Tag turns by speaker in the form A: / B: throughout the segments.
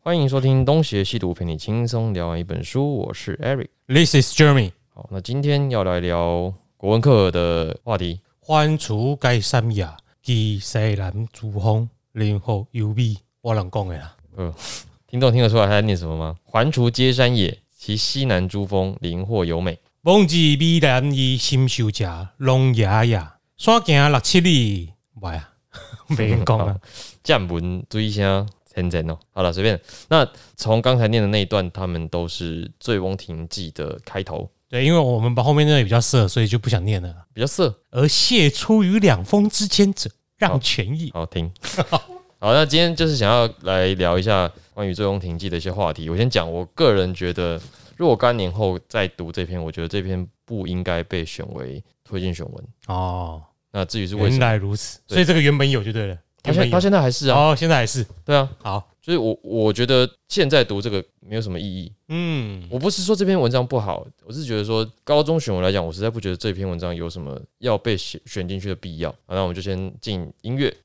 A: 欢迎收听《东邪西毒》，陪你轻松聊完一本书。我是 Eric。
B: This is Jeremy，
A: 好，那今天要来聊国文课的话题。
B: 番薯解三亚，其西南主风，然后优美。我能讲的啦，
A: 听众听得出来他在念什么吗？环滁皆山也，其西南诸峰，林壑尤美。
B: 望至美南以心修者，龙爷爷，山行六七里，袂 啊，袂讲啊，
A: 降文追香前前哦。好了，随便。那从刚才念的那一段，他们都是《醉翁亭记》的开头，
B: 对，因为我们把后面那个比较涩，所以就不想念了。
A: 比较涩。
B: 而谢出于两峰之间者，让权益。
A: 好听。 好，那今天就是想要来聊一下关于《醉翁亭记》的一些话题。我先讲，我个人觉得若干年后再读这篇，我觉得这篇不应该被选为推荐选文。
B: 哦，
A: 那至于是为什
B: 原
A: 么，
B: 来如此，
A: 对
B: 所以这个原本有就对了，
A: 他现他
B: 原本有。
A: 现在还是啊，
B: 哦，现在还是
A: 对啊，
B: 好，
A: 就是我我觉得现在读这个没有什么意义。
B: 嗯，
A: 我不是说这篇文章不好，我是觉得说高中选文来讲，我实在不觉得这篇文章有什么要被选选进去的必要。好，那我们就先进音乐。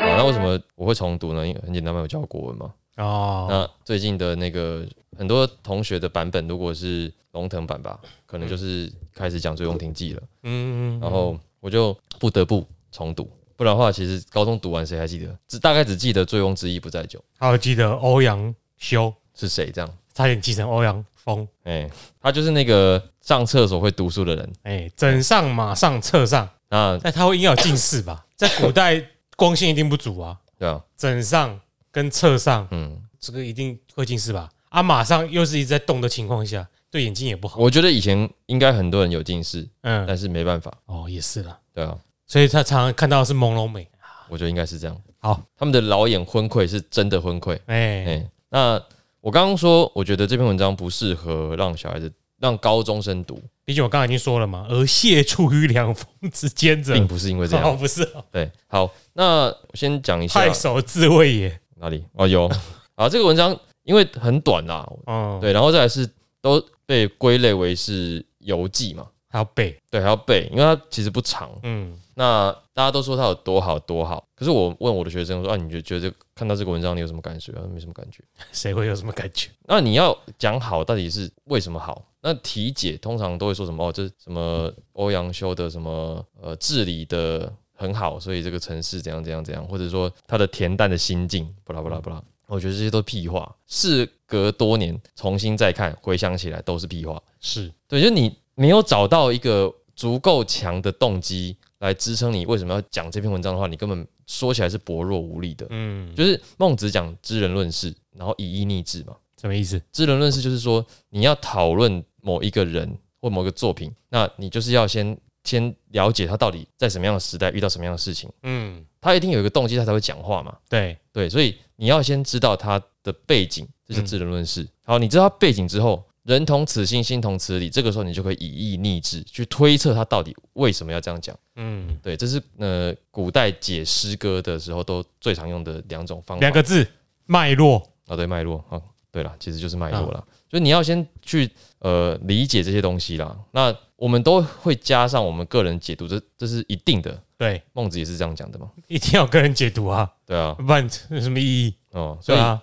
A: 好，那为什么我会重读呢？因为很简单嘛，有教国文嘛。
B: 哦，
A: 那最近的那个很多同学的版本，如果是龙腾版吧，可能就是开始讲《醉翁亭记》了。
B: 嗯，
A: 然后我就不得不重读，不然的话，其实高中读完谁还记得？只大概只记得“醉翁之意不在酒
B: 还有记得欧阳修。”
A: 是谁这样。
B: 差点继承欧阳锋。
A: 哎、他就是那个上厕所会读书的人。
B: 哎、枕上马上厕上，
A: 那
B: 那他会硬要有近视吧？在古代光线一定不足啊，
A: 对啊，
B: 枕上跟侧上
A: 嗯，
B: 这个一定会近视吧？啊，马上又是一直在动的情况下，对眼睛也不好。
A: 我觉得以前应该很多人有近视，
B: 嗯，
A: 但是没办法，
B: 哦，也是啦，
A: 对啊，
B: 所以他常常看到的是朦胧美。
A: 我觉得应该是这样。
B: 好，
A: 他们的老眼昏聩是真的昏聩。
B: 哎、
A: 哎、那我刚刚说，我觉得这篇文章不适合让小孩子、让高中生读，
B: 毕竟我刚才已经说了嘛，而蟹处于两峰之间者。
A: 并不是因为这样。
B: 哦，不是、哦，
A: 对，好，那我先讲一下
B: 太守自卫也。
A: 哪里哦，有啊，这个文章因为很短啦，
B: 哦，，
A: 对，然后再来是都被归类为是游记嘛，
B: 还要背。
A: 对，还要背，因为它其实不长。
B: 嗯，
A: 那大家都说它有多好多好，可是我问我的学生说啊，你觉觉得这看到这个文章你有什么感觉？啊，没什么感觉。
B: 谁会有什么感觉？
A: 那你要讲好到底是为什么好？那题解通常都会说什么哦，这什么欧阳修的什么呃治理的很好，所以这个城市怎样怎样怎样，或者说他的恬淡的心境，不啦不啦不啦。我觉得这些都屁话，事隔多年重新再看，回想起来都是屁话。
B: 是，
A: 对，就是你没有找到一个足够强的动机来支撑你为什么要讲这篇文章的话，你根本说起来是薄弱无力的。
B: 嗯，
A: 就是孟子讲知人论事，然后以义逆志嘛。
B: 什么意思？
A: 知人论事就是说，你要讨论某一个人或某个作品，那你就是要先先了解他到底在什么样的时代遇到什么样的事情，
B: 嗯，
A: 他一定有一个动机，他才会讲话嘛。
B: 对，
A: 对，所以你要先知道他的背景，这是
B: 嗯
A: 知人论事。好，你知道他背景之后，人同此心，心同此理，这个时候你就可以以义逆志，去推测他到底为什么要这样讲。
B: 嗯。
A: 对，这是呃古代解诗歌的时候都最常用的两种方法。
B: 两个字脉络。
A: 哦，对，脉络哦，对了，其实就是脉络啦，
B: 啊
A: 就是你要先去呃理解这些东西啦。那我们都会加上我们个人解读，这这是一定的。
B: 对，
A: 孟子也是这样讲的嘛，
B: 一定要跟人解读啊，
A: 对啊，
B: 不然有什么意义？
A: 哦，所
B: 对
A: 以、
B: 啊，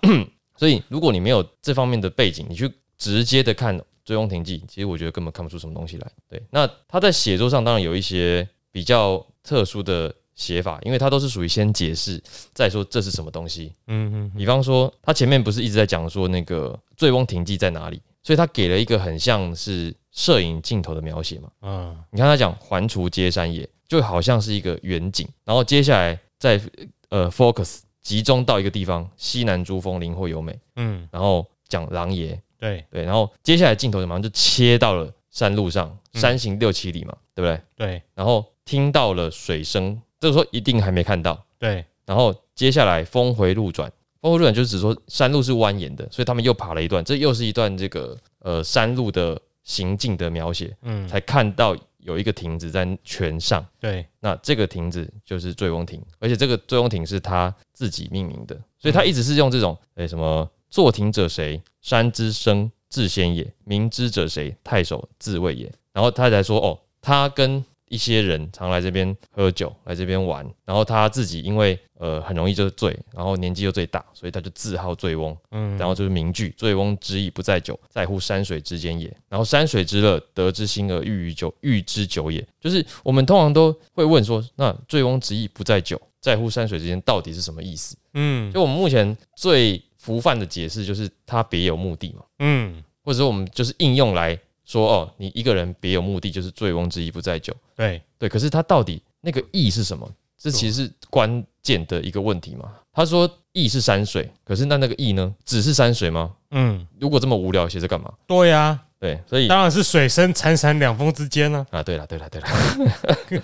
A: 所以如果你没有这方面的背景，你去直接的看《醉翁亭记》，其实我觉得根本看不出什么东西来。对，那他在写作上当然有一些比较特殊的写法，因为他都是属于先解释，再说这是什么东西，
B: 嗯嗯，
A: 比方说，他前面不是一直在讲说那个醉翁亭记在哪里，所以他给了一个很像是摄影镜头的描写嘛。
B: 嗯，
A: 你看他讲环滁皆山也，就好像是一个远景，然后接下来再 呃 focus 集中到一个地方，西南珠峰林壑尤美，
B: 嗯，
A: 然后讲狼爷，
B: 对
A: 对，然后接下来镜头马上就切到了山路上，
B: 嗯
A: 山行六七里嘛，对不对？
B: 对
A: 然后听到了水声，这个时候一定还没看到，
B: 对，
A: 然后接下来峰回路转，峰回路转就是指说山路是蜿蜒的，所以他们又爬了一段，这又是一段这个呃山路的行进的描写，
B: 嗯，
A: 才看到有一个亭子在泉上，
B: 对，
A: 那这个亭子就是醉翁亭，而且这个醉翁亭是他自己命名的，所以他一直是用这种诶、什么坐亭者谁，山之生至仙也；明知者谁，太守自谓也。然后他才说哦，他跟一些人常来这边喝酒，来这边玩，然后他自己因为呃很容易就醉，然后年纪又最大，所以他就自号醉翁。
B: 嗯，
A: 然后就是名句：“醉翁之意不在酒，在乎山水之间也。”然后山水之乐，得之心而寓于酒，寓之酒也。就是我们通常都会问说，那醉翁之意不在酒，在乎山水之间到底是什么意思？
B: 嗯
A: 就我们目前最浮泛的解释就是他别有目的嘛，
B: 嗯，
A: 或者说我们就是应用来说，哦，你一个人别有目的，就是醉翁之意不在酒。
B: 对，
A: 对，可是他到底那个意是什么？这其实是关键的一个问题嘛。他说意是山水，可是那那个意呢，只是山水吗？
B: 嗯，
A: 如果这么无聊，写这干嘛？
B: 对呀，
A: 对，所以
B: 当然是水深潺潺两峰之间呢，
A: 啊，对了，对了，对了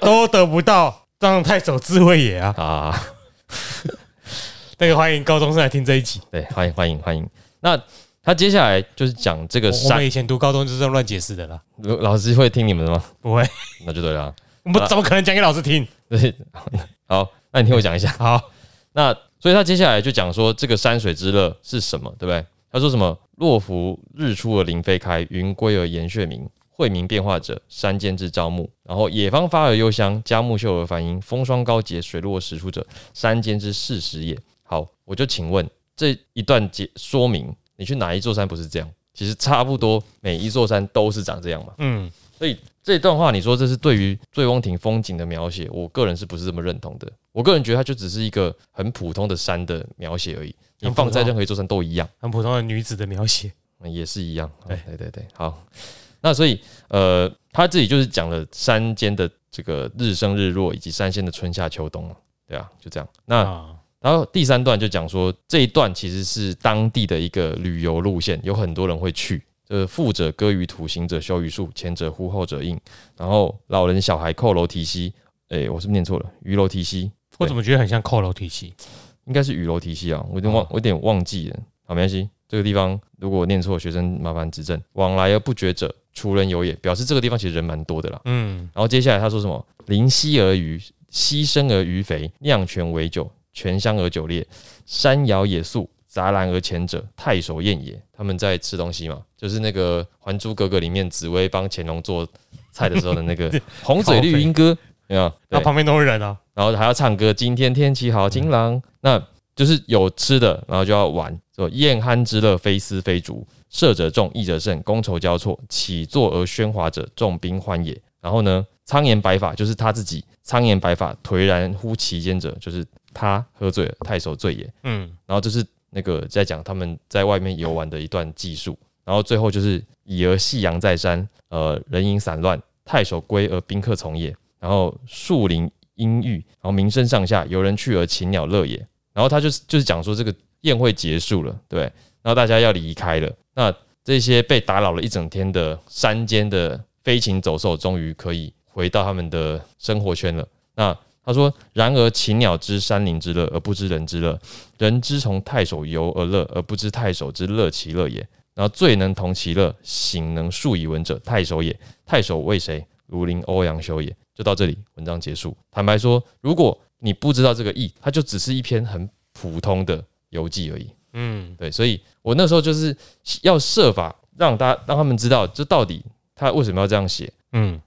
B: 都得不到，当然太守智慧也啊。
A: 啊，
B: 那个欢迎高中生来听这一集，
A: 对，欢迎欢迎欢迎。那他接下来就是讲这个
B: 我我
A: 山
B: 们，以前读高中就是这样乱解释的啦，
A: 老老师会听你们的吗？
B: 不会，
A: 那就对了啊，
B: 我们怎么可能讲给老师听？
A: 对，好，那你听我讲一下。
B: 好，
A: 那所以他接下来就讲说这个山水之乐是什么，对不对？他说什么？洛夫日出而林霏开，云归而岩穴明。晦明变化者，山间至朝暮。然后野芳发而幽香，佳木秀而繁英。风霜高洁，水落石出者，山间之适时也。好，我就请问这一段解说明，你去哪一座山不是这样？其实差不多每一座山都是长这样嘛。
B: 嗯，
A: 所以这段话，你说这是对于醉翁亭风景的描写，我个人是不是这么认同的？我个人觉得它就只是一个很普通的山的描写而已，你放在任何一座山都一样，
B: 很普通的女子的描写，
A: 嗯也是一样。
B: 对
A: 对对对对，好。那所以呃，他自己就是讲了山间的这个日升日落，以及山间的春夏秋冬嘛，对啊，就这样。那
B: 啊，
A: 然后第三段就讲说，这一段其实是当地的一个旅游路线，有很多人会去。就是富者歌于土，行者休于树，前者呼，后者应。然后老人小孩扣楼提膝，诶、我是不是念错了，鱼楼提膝，
B: 我怎么觉得很像扣楼体系？
A: 应该是鱼楼提膝啊，我有点忘，我有点忘记了。好，没关系，这个地方如果我念错，学生麻烦指正。往来而不绝者，除人有也，表示这个地方其实人蛮多的啦。
B: 嗯，
A: 然后接下来他说什么？临溪而渔，溪生而鱼肥，酿泉为酒，泉香而酒烈，山肴野宿，杂然而前者，太守宴也。他们在吃东西嘛，就是那个《还珠格格》里面紫薇帮乾隆做菜的时候的那个红嘴绿鹦哥，有没有？
B: 那
A: 对
B: 旁边都是人啊，
A: 然后还要唱歌，今天天气好晴朗，那就是有吃的，然后就要玩，说宴酣之乐，非丝非竹，射者众，弈者胜，觥筹交错，起坐而喧哗者，众宾欢也。然后呢，苍颜白发就是他自己，苍颜白发颓然乎其间者，就是他喝醉了，太守醉也。
B: 嗯，
A: 然后就是那个在讲他们在外面游玩的一段技术，然后最后就是已而夕阳在山，呃，人影散乱，太守归而宾客从也，然后树林阴郁，然后民声上下，游人去而禽鸟乐也。然后他就是就是讲说这个宴会结束了，对，然后大家要离开了，那这些被打扰了一整天的山间的飞禽走兽，终于可以回到他们的生活圈了。那他说：“然而禽鸟知山林之乐，而不知人之乐；人之从太守游而乐，而不知太守之乐其乐也。然后最能同其乐，行能述以文者，太守也。太守为谁？如临欧阳修也。就到这里，文章结束。坦白说，如果你不知道这个意，它就只是一篇很普通的游记而已。
B: 嗯，
A: 对，所以我那时候就是要设法让大家让他们知道，这到底他为什么要这样写。
B: 嗯，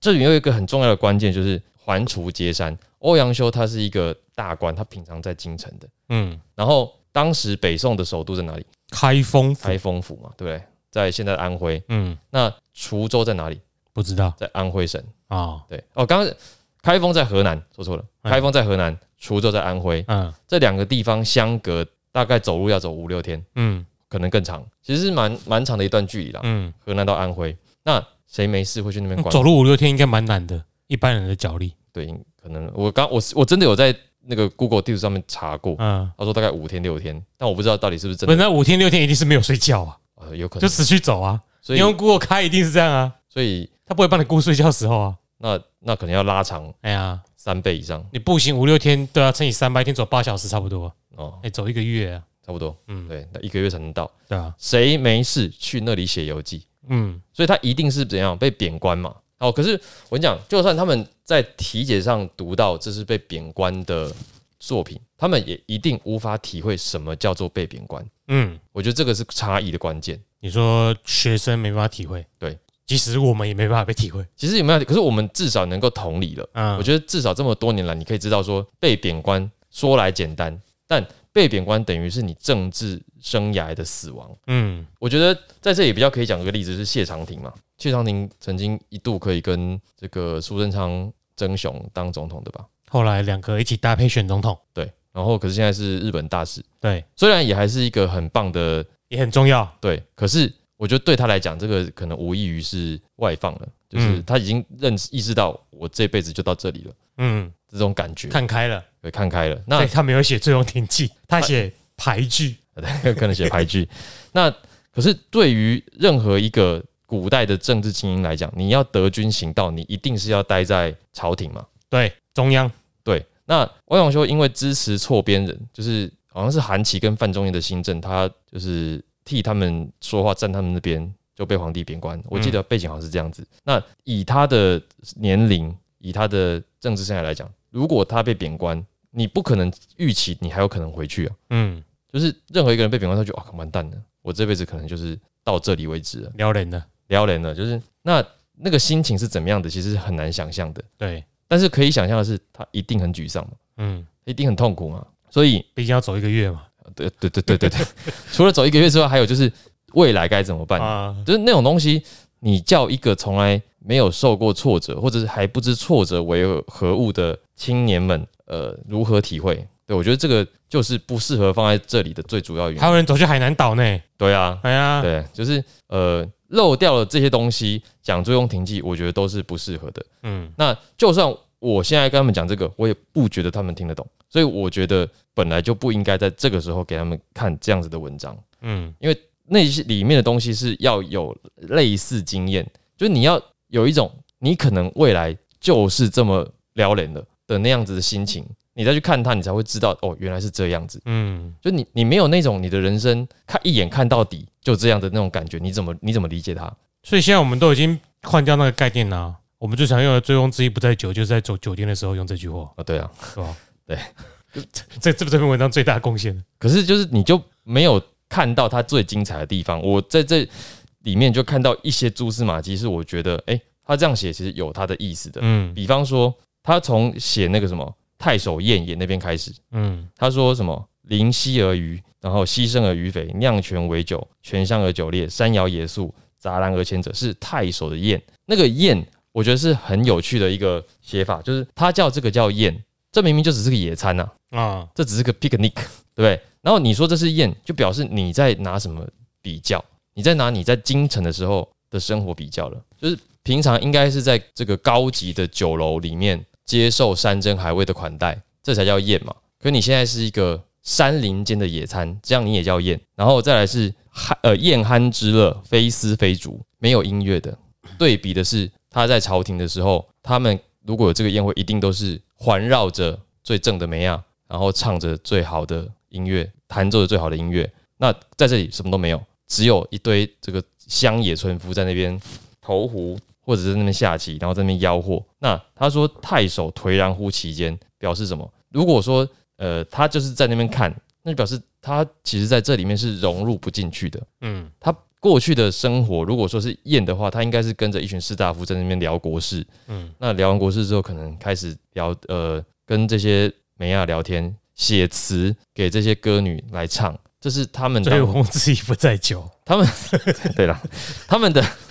A: 这里有一个很重要的关键，就是环滁皆山。欧阳修他是一个大官，他平常在京城的。
B: 嗯，
A: 然后当时北宋的首都在哪里？
B: 开封府，
A: 开封府嘛，对不对？在现在的安徽。
B: 嗯，
A: 那滁州在哪里？
B: 不知道
A: 在安徽省。
B: 啊，
A: 对，哦，刚刚开封在河南，说错了，
B: 嗯
A: 开封在河南，滁州在安徽，
B: 嗯
A: 这两个地方相隔大概走路要走五六天，
B: 嗯
A: 可能更长，其实是蛮蛮长的一段距离啦。
B: 嗯，
A: 河南到安徽，那谁没事会去那边
B: 走
A: 逛？
B: 路五六天应该蛮难的，一般人的脚力，
A: 对，可能我刚我我真的有在那个 Google 地图上面查过，
B: 嗯，
A: 他说大概五天六天，但我不知道到底是不是真
B: 不是
A: 的，
B: 那五天六天一定是没有睡觉啊，
A: 呃有可
B: 就
A: 能。
B: 持续走啊，
A: 所
B: 你
A: 以
B: 用 Google 开一定是这样啊，
A: 所以
B: 他不会帮你估睡觉时候啊，
A: 那那可能要拉长
B: 哎呀，
A: 三倍以上
B: 你步行五六天都要乘以三百天走八小时差不多，
A: 哦，
B: 哎，走一个月啊，
A: 差不多，
B: 嗯，
A: 对，那一个月才能到。
B: 对啊，
A: 谁没事去那里写游记？
B: 嗯
A: 所以他一定是怎样被贬官嘛。哦，可是我跟你讲，就算他们在题解上读到这是被贬官的作品，他们也一定无法体会什么叫做被贬官。
B: 嗯，
A: 我觉得这个是差异的关键。
B: 你说学生没办法体会，
A: 对，
B: 即使我们也没办法被体会。
A: 其实有没有？可是我们至少能够同理了。
B: 嗯，
A: 我觉得至少这么多年来，你可以知道说，被贬官说来简单，但被贬官等于是你政治生涯的死亡。
B: 嗯
A: 我觉得在这里比较可以讲一个例子是谢长廷嘛，谢长廷曾经一度可以跟这个苏贞昌争雄当总统的吧？
B: 后来两个一起搭配选总统，
A: 对，然后可是现在是日本大使，
B: 对，
A: 虽然也还是一个很棒的
B: 也很重要。
A: 对，可是我觉得对他来讲，这个可能无异于是外放了，就是
B: 嗯
A: 他已经认识意识到我这辈子就到这里了，
B: 嗯，
A: 这种感觉
B: 看开了。
A: 对看开了。那
B: 对他没有写《醉翁亭记》，他写牌剧。
A: 可能写牌剧。那可是对于任何一个古代的政治精英来讲，你要德军行道，你一定是要待在朝廷嘛？
B: 对，中央。
A: 对。那欧阳修因为支持错边人，就是好像是韩琦跟范仲淹的新政，他就是替他们说话，站他们那边，就被皇帝贬官。我记得背景好像是这样子。那以他的年龄，以他的政治生涯来讲，如果他被贬官，你不可能预期你还有可能回去啊。
B: 嗯，
A: 就是任何一个人被贬官，他就觉得啊完蛋了，我这辈子可能就是到这里为止了，
B: 撩人的。
A: 撩人了。就是那那个心情是怎么样的，其实很难想象的。
B: 对，
A: 但是可以想象的是，他一定很沮丧嘛，
B: 嗯，
A: 一定很痛苦嘛。所以，
B: 毕竟要走一个月嘛。
A: 对对对对对对，除了走一个月之外，还有就是未来该怎么办？
B: 啊，
A: 就是那种东西，你叫一个从来没有受过挫折，或者是还不知挫折为何物的青年们，呃，如何体会？对我觉得这个就是不适合放在这里的最主要原
B: 还
A: 因。
B: 有人走去海南岛呢。
A: 对啊，
B: 哎呀，
A: 对，就是呃漏掉了这些东西，讲《醉翁亭记》，我觉得都是不适合的。
B: 嗯
A: 那就算我现在跟他们讲这个，我也不觉得他们听得懂，所以我觉得本来就不应该在这个时候给他们看这样子的文章，
B: 嗯
A: 那些里面的东西是要有类似经验，就是你要有一种你可能未来就是这么撩人的的那样子的心情，你再去看它，你才会知道哦，原来是这样子。
B: 嗯，
A: 就你你没有那种你的人生看一眼看到底就这样的那种感觉，你怎么你怎么理解它？
B: 所以现在我们都已经换掉那个概念了。我们最常用的“醉翁之意不在酒”，就是在走酒店的时候用这句话，
A: 啊，对啊，
B: 是 吧？
A: 对，
B: 这这这篇文章最大贡献。
A: 可是就是你就没有看到它最精彩的地方。我在这里面就看到一些蛛丝马迹，是我觉得，诶，他这样写其实有他的意思的。
B: 嗯
A: 比方说，他从写那个什么太守晏也那边开始，
B: 嗯
A: 他说什么“临溪而渔，然后溪生而鱼肥，酿泉为酒，泉香而酒烈，山肴野宿，杂然而迁者”，是太守的宴。那个宴，我觉得是很有趣的一个写法，就是他叫这个叫宴，这明明就只是个野餐呐、啊，
B: 啊，
A: 这只是个 picnic，对不对？然后你说这是宴，就表示你在拿什么比较？你在拿你在京城的时候的生活比较了，就是平常应该是在这个高级的酒楼里面接受山珍海味的款待，这才叫宴嘛。可你现在是一个山林间的野餐，这样你也叫宴。然后再来是酣呃宴酣之乐，非丝非竹，没有音乐的。对比的是他在朝廷的时候，他们如果有这个宴会，一定都是环绕着最正的梅啊亚，然后唱着最好的音乐，弹奏着最好的音乐。那在这里什么都没有，只有一堆这个乡野村夫在那边投壶，或者是在那边下棋，然后在那边吆喝。那他说太守颓然乎其间，表示什么？如果说呃他就是在那边看，那就表示他其实在这里面是融入不进去的。
B: 嗯
A: 他过去的生活，如果说是宴的话，他应该是跟着一群士大夫在那边聊国事。
B: 嗯
A: 那聊完国事之后，可能开始聊呃，跟这些美亚聊天，写词给这些歌女来唱，这是他们
B: 醉
A: 的
B: 翁之意不在酒。
A: 他们对了，他们的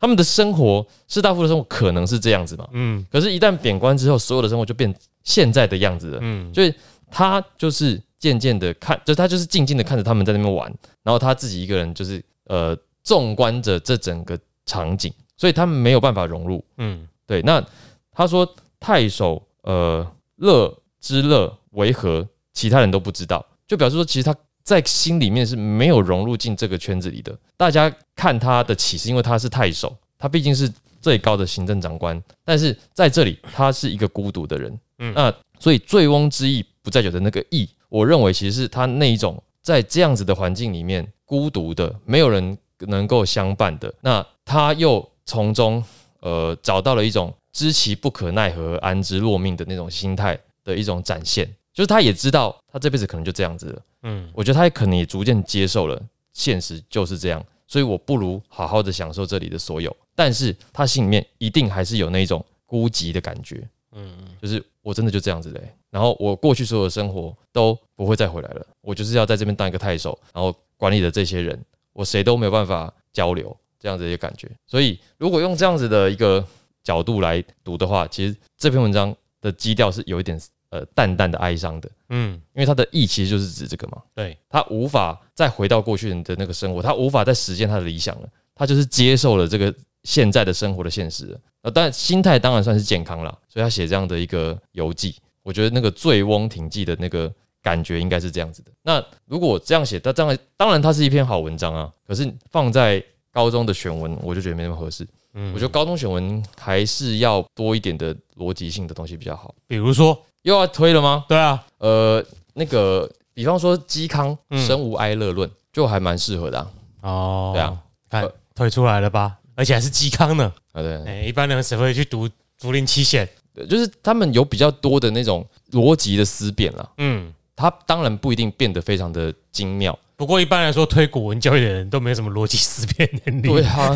A: 他们的生活，士大夫的生活可能是这样子嘛。
B: 嗯
A: 可是，一旦贬官之后，所有的生活就变现在的样子了。
B: 嗯，
A: 所以他就是渐渐的看，就他就是静静的看着他们在那边玩，然后他自己一个人就是呃纵观着这整个场景，所以他们没有办法融入。
B: 嗯
A: 对，那他说太守呃乐之乐为何，其他人都不知道，就表示说其实他在心里面是没有融入进这个圈子里的。大家看他的起是因为他是太守，他毕竟是最高的行政长官，但是在这里他是一个孤独的人。
B: 嗯
A: 嗯，那所以醉翁之意不在酒的那个意，我认为其实是他那一种在这样子的环境里面孤独的，没有人能够相伴的，那他又从中呃找到了一种知其不可奈何安之若命的那种心态的一种展现，就是他也知道他这辈子可能就这样子了。
B: 嗯，
A: 我觉得他也可能也逐渐接受了现实就是这样，所以我不如好好的享受这里的所有。但是他心里面一定还是有那一种孤寂的感觉，嗯，就是我真的就这样子嘞、然后我过去所有的生活都不会再回来了，我就是要在这边当一个太守，然后管理的这些人，我谁都没有办法交流，这样子的一个感觉。所以如果用这样子的一个角度来读的话，其实这篇文章的基调是有一点呃淡淡的哀伤的，
B: 嗯，
A: 因为它的意其实就是指这个嘛。
B: 对，
A: 他无法再回到过去的那个生活，他无法再实现他的理想了，他就是接受了这个现在的生活的现实了。呃，但心态当然算是健康了，所以他写这样的一个游记，我觉得那个醉翁亭记的那个感觉应该是这样子的。那如果我这样写，那当然当然它是一篇好文章啊，可是放在高中的选文，我就觉得没那么合适。
B: 嗯，
A: 我觉得高中选文还是要多一点的逻辑性的东西比较好。
B: 比如说，
A: 又要推了吗？
B: 对啊，
A: 呃，那个，比方说嵇康
B: 嗯
A: 《生无哀乐论》就还蛮适合的啊。
B: 哦，
A: 对啊，
B: 看
A: 呃
B: 推出来了吧，而且还是嵇康呢，
A: 啊，对，
B: 哎，一般人谁会去读竹林七贤？
A: 对就是他们有比较多的那种逻辑的思辨啦。
B: 嗯，
A: 他当然不一定变得非常的精妙。
B: 不过一般来说，推古文教育的人都没有什么逻辑思辨能力。
A: 对啊，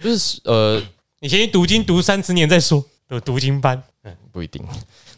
A: 就是呃，
B: 你先去读经读三十年再说，读读经班，
A: 不一定，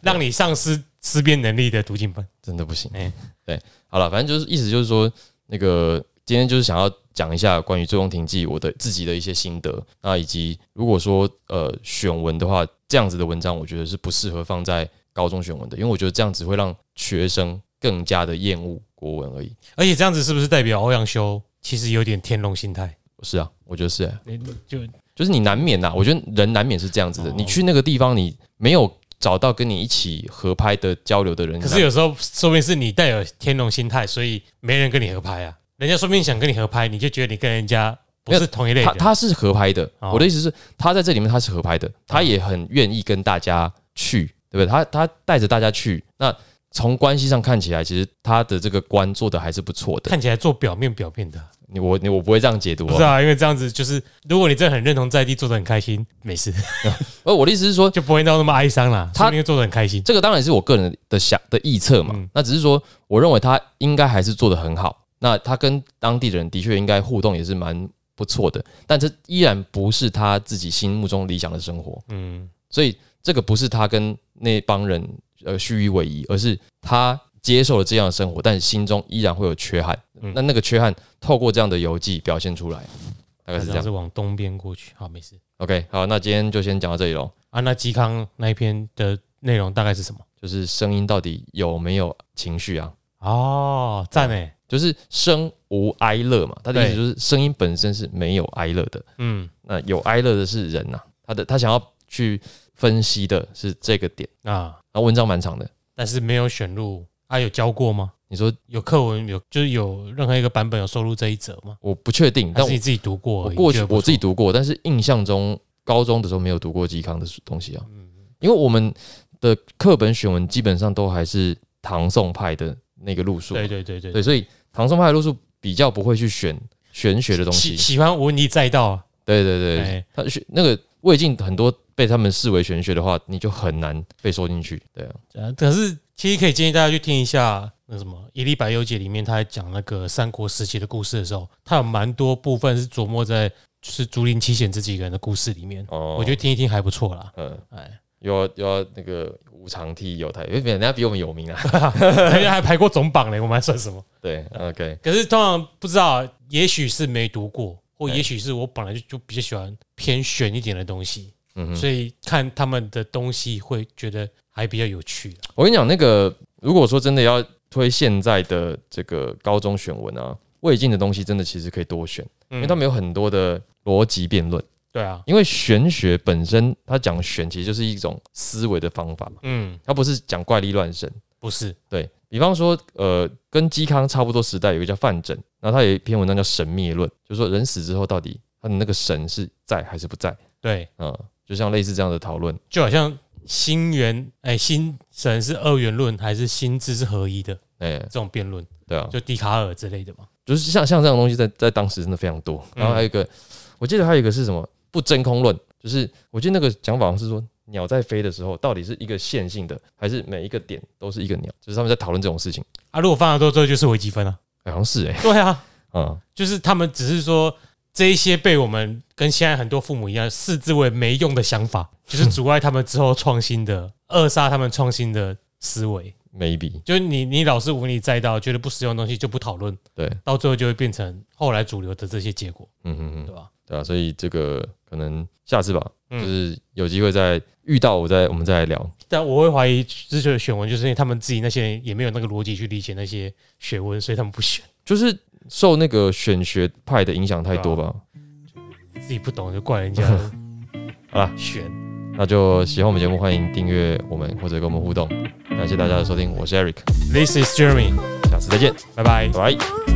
B: 让你丧失思辨能力的读经班。
A: 真的不行
B: 哎。
A: 对，好了，反正就是意思就是说，那个今天就是想要讲一下关于《醉翁亭记》我的自己的一些心得，那以及如果说呃选文的话，这样子的文章我觉得是不适合放在高中选文的，因为我觉得这样子会让学生更加的厌恶国文而已。
B: 而且这样子是不是代表欧阳修其实有点天龙心态？
A: 是啊，我觉得是、
B: 哎你就
A: 就是你难免呐、啊我觉得人难免是这样子的。
B: 哦
A: 你去那个地方，你没有找到跟你一起合拍的交流的人，
B: 可是有时候说不定是你带有天龙心态，所以没人跟你合拍啊。人家说不定想跟你合拍，你就觉得你跟人家不是同一类
A: 他
B: 人。
A: 他是合拍的，
B: 哦
A: 我的意思是，他在这里面他是合拍的，他也很愿意跟大家去，对不对？他他带着大家去，那从关系上看起来，其实他的这个官做的还是不错的。
B: 看起来做表面表面的，
A: 你我你我不会这样解读、
B: 不是
A: 哦，
B: 啊？因为这样子就是，如果你真的很认同在地，做的很开心，没事，
A: 而我的意思是说，
B: 就不会到那么哀伤啦。
A: 他
B: 他因为做的很开心，
A: 这个当然是我个人的想的臆测嘛，
B: 嗯
A: 那只是说，我认为他应该还是做的很好。那他跟当地人的确应该互动也是蛮不错的，但这依然不是他自己心目中理想的生活。
B: 嗯，
A: 所以这个不是他跟那帮人呃虚与委蛇，而是他接受了这样的生活，但心中依然会有缺憾。
B: 嗯
A: 那那个缺憾透过这样的游记表现出来，大概是这
B: 这样
A: 样
B: 是。往东边过去，好，没事。
A: OK，好，那今天就先讲到这里喽。
B: 啊，那嵇康那一篇的内容大概是什么？
A: 就是声音到底有没有情绪啊？
B: 哦，赞诶，
A: 就是声无哀乐嘛，他的意思
B: 对
A: 就是声音本身是没有哀乐的。
B: 嗯，
A: 那有哀乐的是人呐、啊他的他想要去分析的是这个点。
B: 啊，
A: 然后文章蛮长的，
B: 但是没有选入啊，有教过吗？
A: 你说
B: 有课文有，就是有任何一个版本有收录这一则吗？
A: 我不确定，
B: 还
A: 但
B: 是
A: 我
B: 你自己读过
A: 我
B: 而已？
A: 过
B: 你
A: 去
B: 觉得不
A: 我自己
B: 错，
A: 读过，但是印象中高中的时候没有读过嵇康的东西啊，因为我们的课本选文基本上都还是唐宋派的那个路数嘛，
B: 对对对对
A: 啊对，所以唐宋派的路数比较不会去选玄学的东西
B: 喜，喜欢文艺载道啊，
A: 对对对，对
B: 哎，
A: 他学那个魏晋很多被他们视为玄学的话，你就很难被收进去，对啊，
B: 呃可是其实可以建议大家去听一下那什么《一粒百忧解》里面，他在讲那个三国时期的故事的时候，他有蛮多部分是琢磨在就是竹林七贤这几个人的故事里面，
A: 哦
B: 我觉得听一听还不错啦。
A: 嗯，
B: 哎，
A: 又要又要那个无常替犹太，因为人家比我们有 名啊，
B: 人家还排过总榜嘞，我们还算什么？
A: 对，OK，
B: 可是通常不知道，也许是没读过，或
A: 对
B: 也许是我本来就就比较喜欢偏玄一点的东西，
A: 嗯哼。
B: 所以看他们的东西会觉得还比较有趣啦。
A: 我跟你讲，那个如果说真的要推现在的这个高中选文啊，魏晋的东西真的其实可以多选，
B: 因
A: 因为他
B: 们
A: 们有很多的逻辑辩论。
B: 嗯对啊，
A: 因为玄学本身，它讲玄其实就是一种思维的方法嘛，
B: 嗯，
A: 它不是讲怪力乱神。
B: 不是，
A: 对比方说，呃，跟嵇康差不多时代有一个叫范缜，然后他有一篇文章叫《神灭论》，就是说人死之后到底他的那个神是在还是不在
B: 对，
A: 啊、嗯就像类似这样的讨论。
B: 就好像心元哎，心神是二元论还是心智是合一的
A: 哎、
B: 这种辩论，
A: 对啊，
B: 就笛卡尔之类的嘛。
A: 就是像像这样的东西在在当时真的非常多。然后还有一个，我记得还有一个是什么不真空论，就是我记得那个讲法好像是说。鸟在飞的时候，到底是一个线性的，还是每一个点都是一个鸟？就是他们在讨论这种事情，
B: 啊，如果放到多之后就是微积分啊。
A: 哎好像是哎、
B: 对啊，
A: 嗯，
B: 就是他们只是说这一些被我们跟现在很多父母一样视之为没用的想法，就是阻碍他们之后创新的，扼杀他们创新的思维。
A: maybe
B: 就是你你老是无理再到，觉得不实用的东西就不讨论，
A: 对，
B: 到最后就会变成后来主流的这些结果，
A: 嗯嗯嗯
B: 对，吧？
A: 对啊，所以这个可能下次吧，就
B: 嗯
A: 是有机会再遇到我再我们再来聊。
B: 但我会怀疑之所以选文，就是因为他们自己那些人也没有那个逻辑去理解那些学问，所以他们不选，
A: 就是受那个选学派的影响太多吧。
B: 自己不懂就怪人家
A: 好啦，
B: 选。
A: 那就喜欢我们节目，欢迎订阅我们或者跟我们互动。感谢大家的收听，我是 Eric，
B: This is Jeremy，
A: 下次再见，
B: 拜拜。
A: 拜拜。
C: Ooh,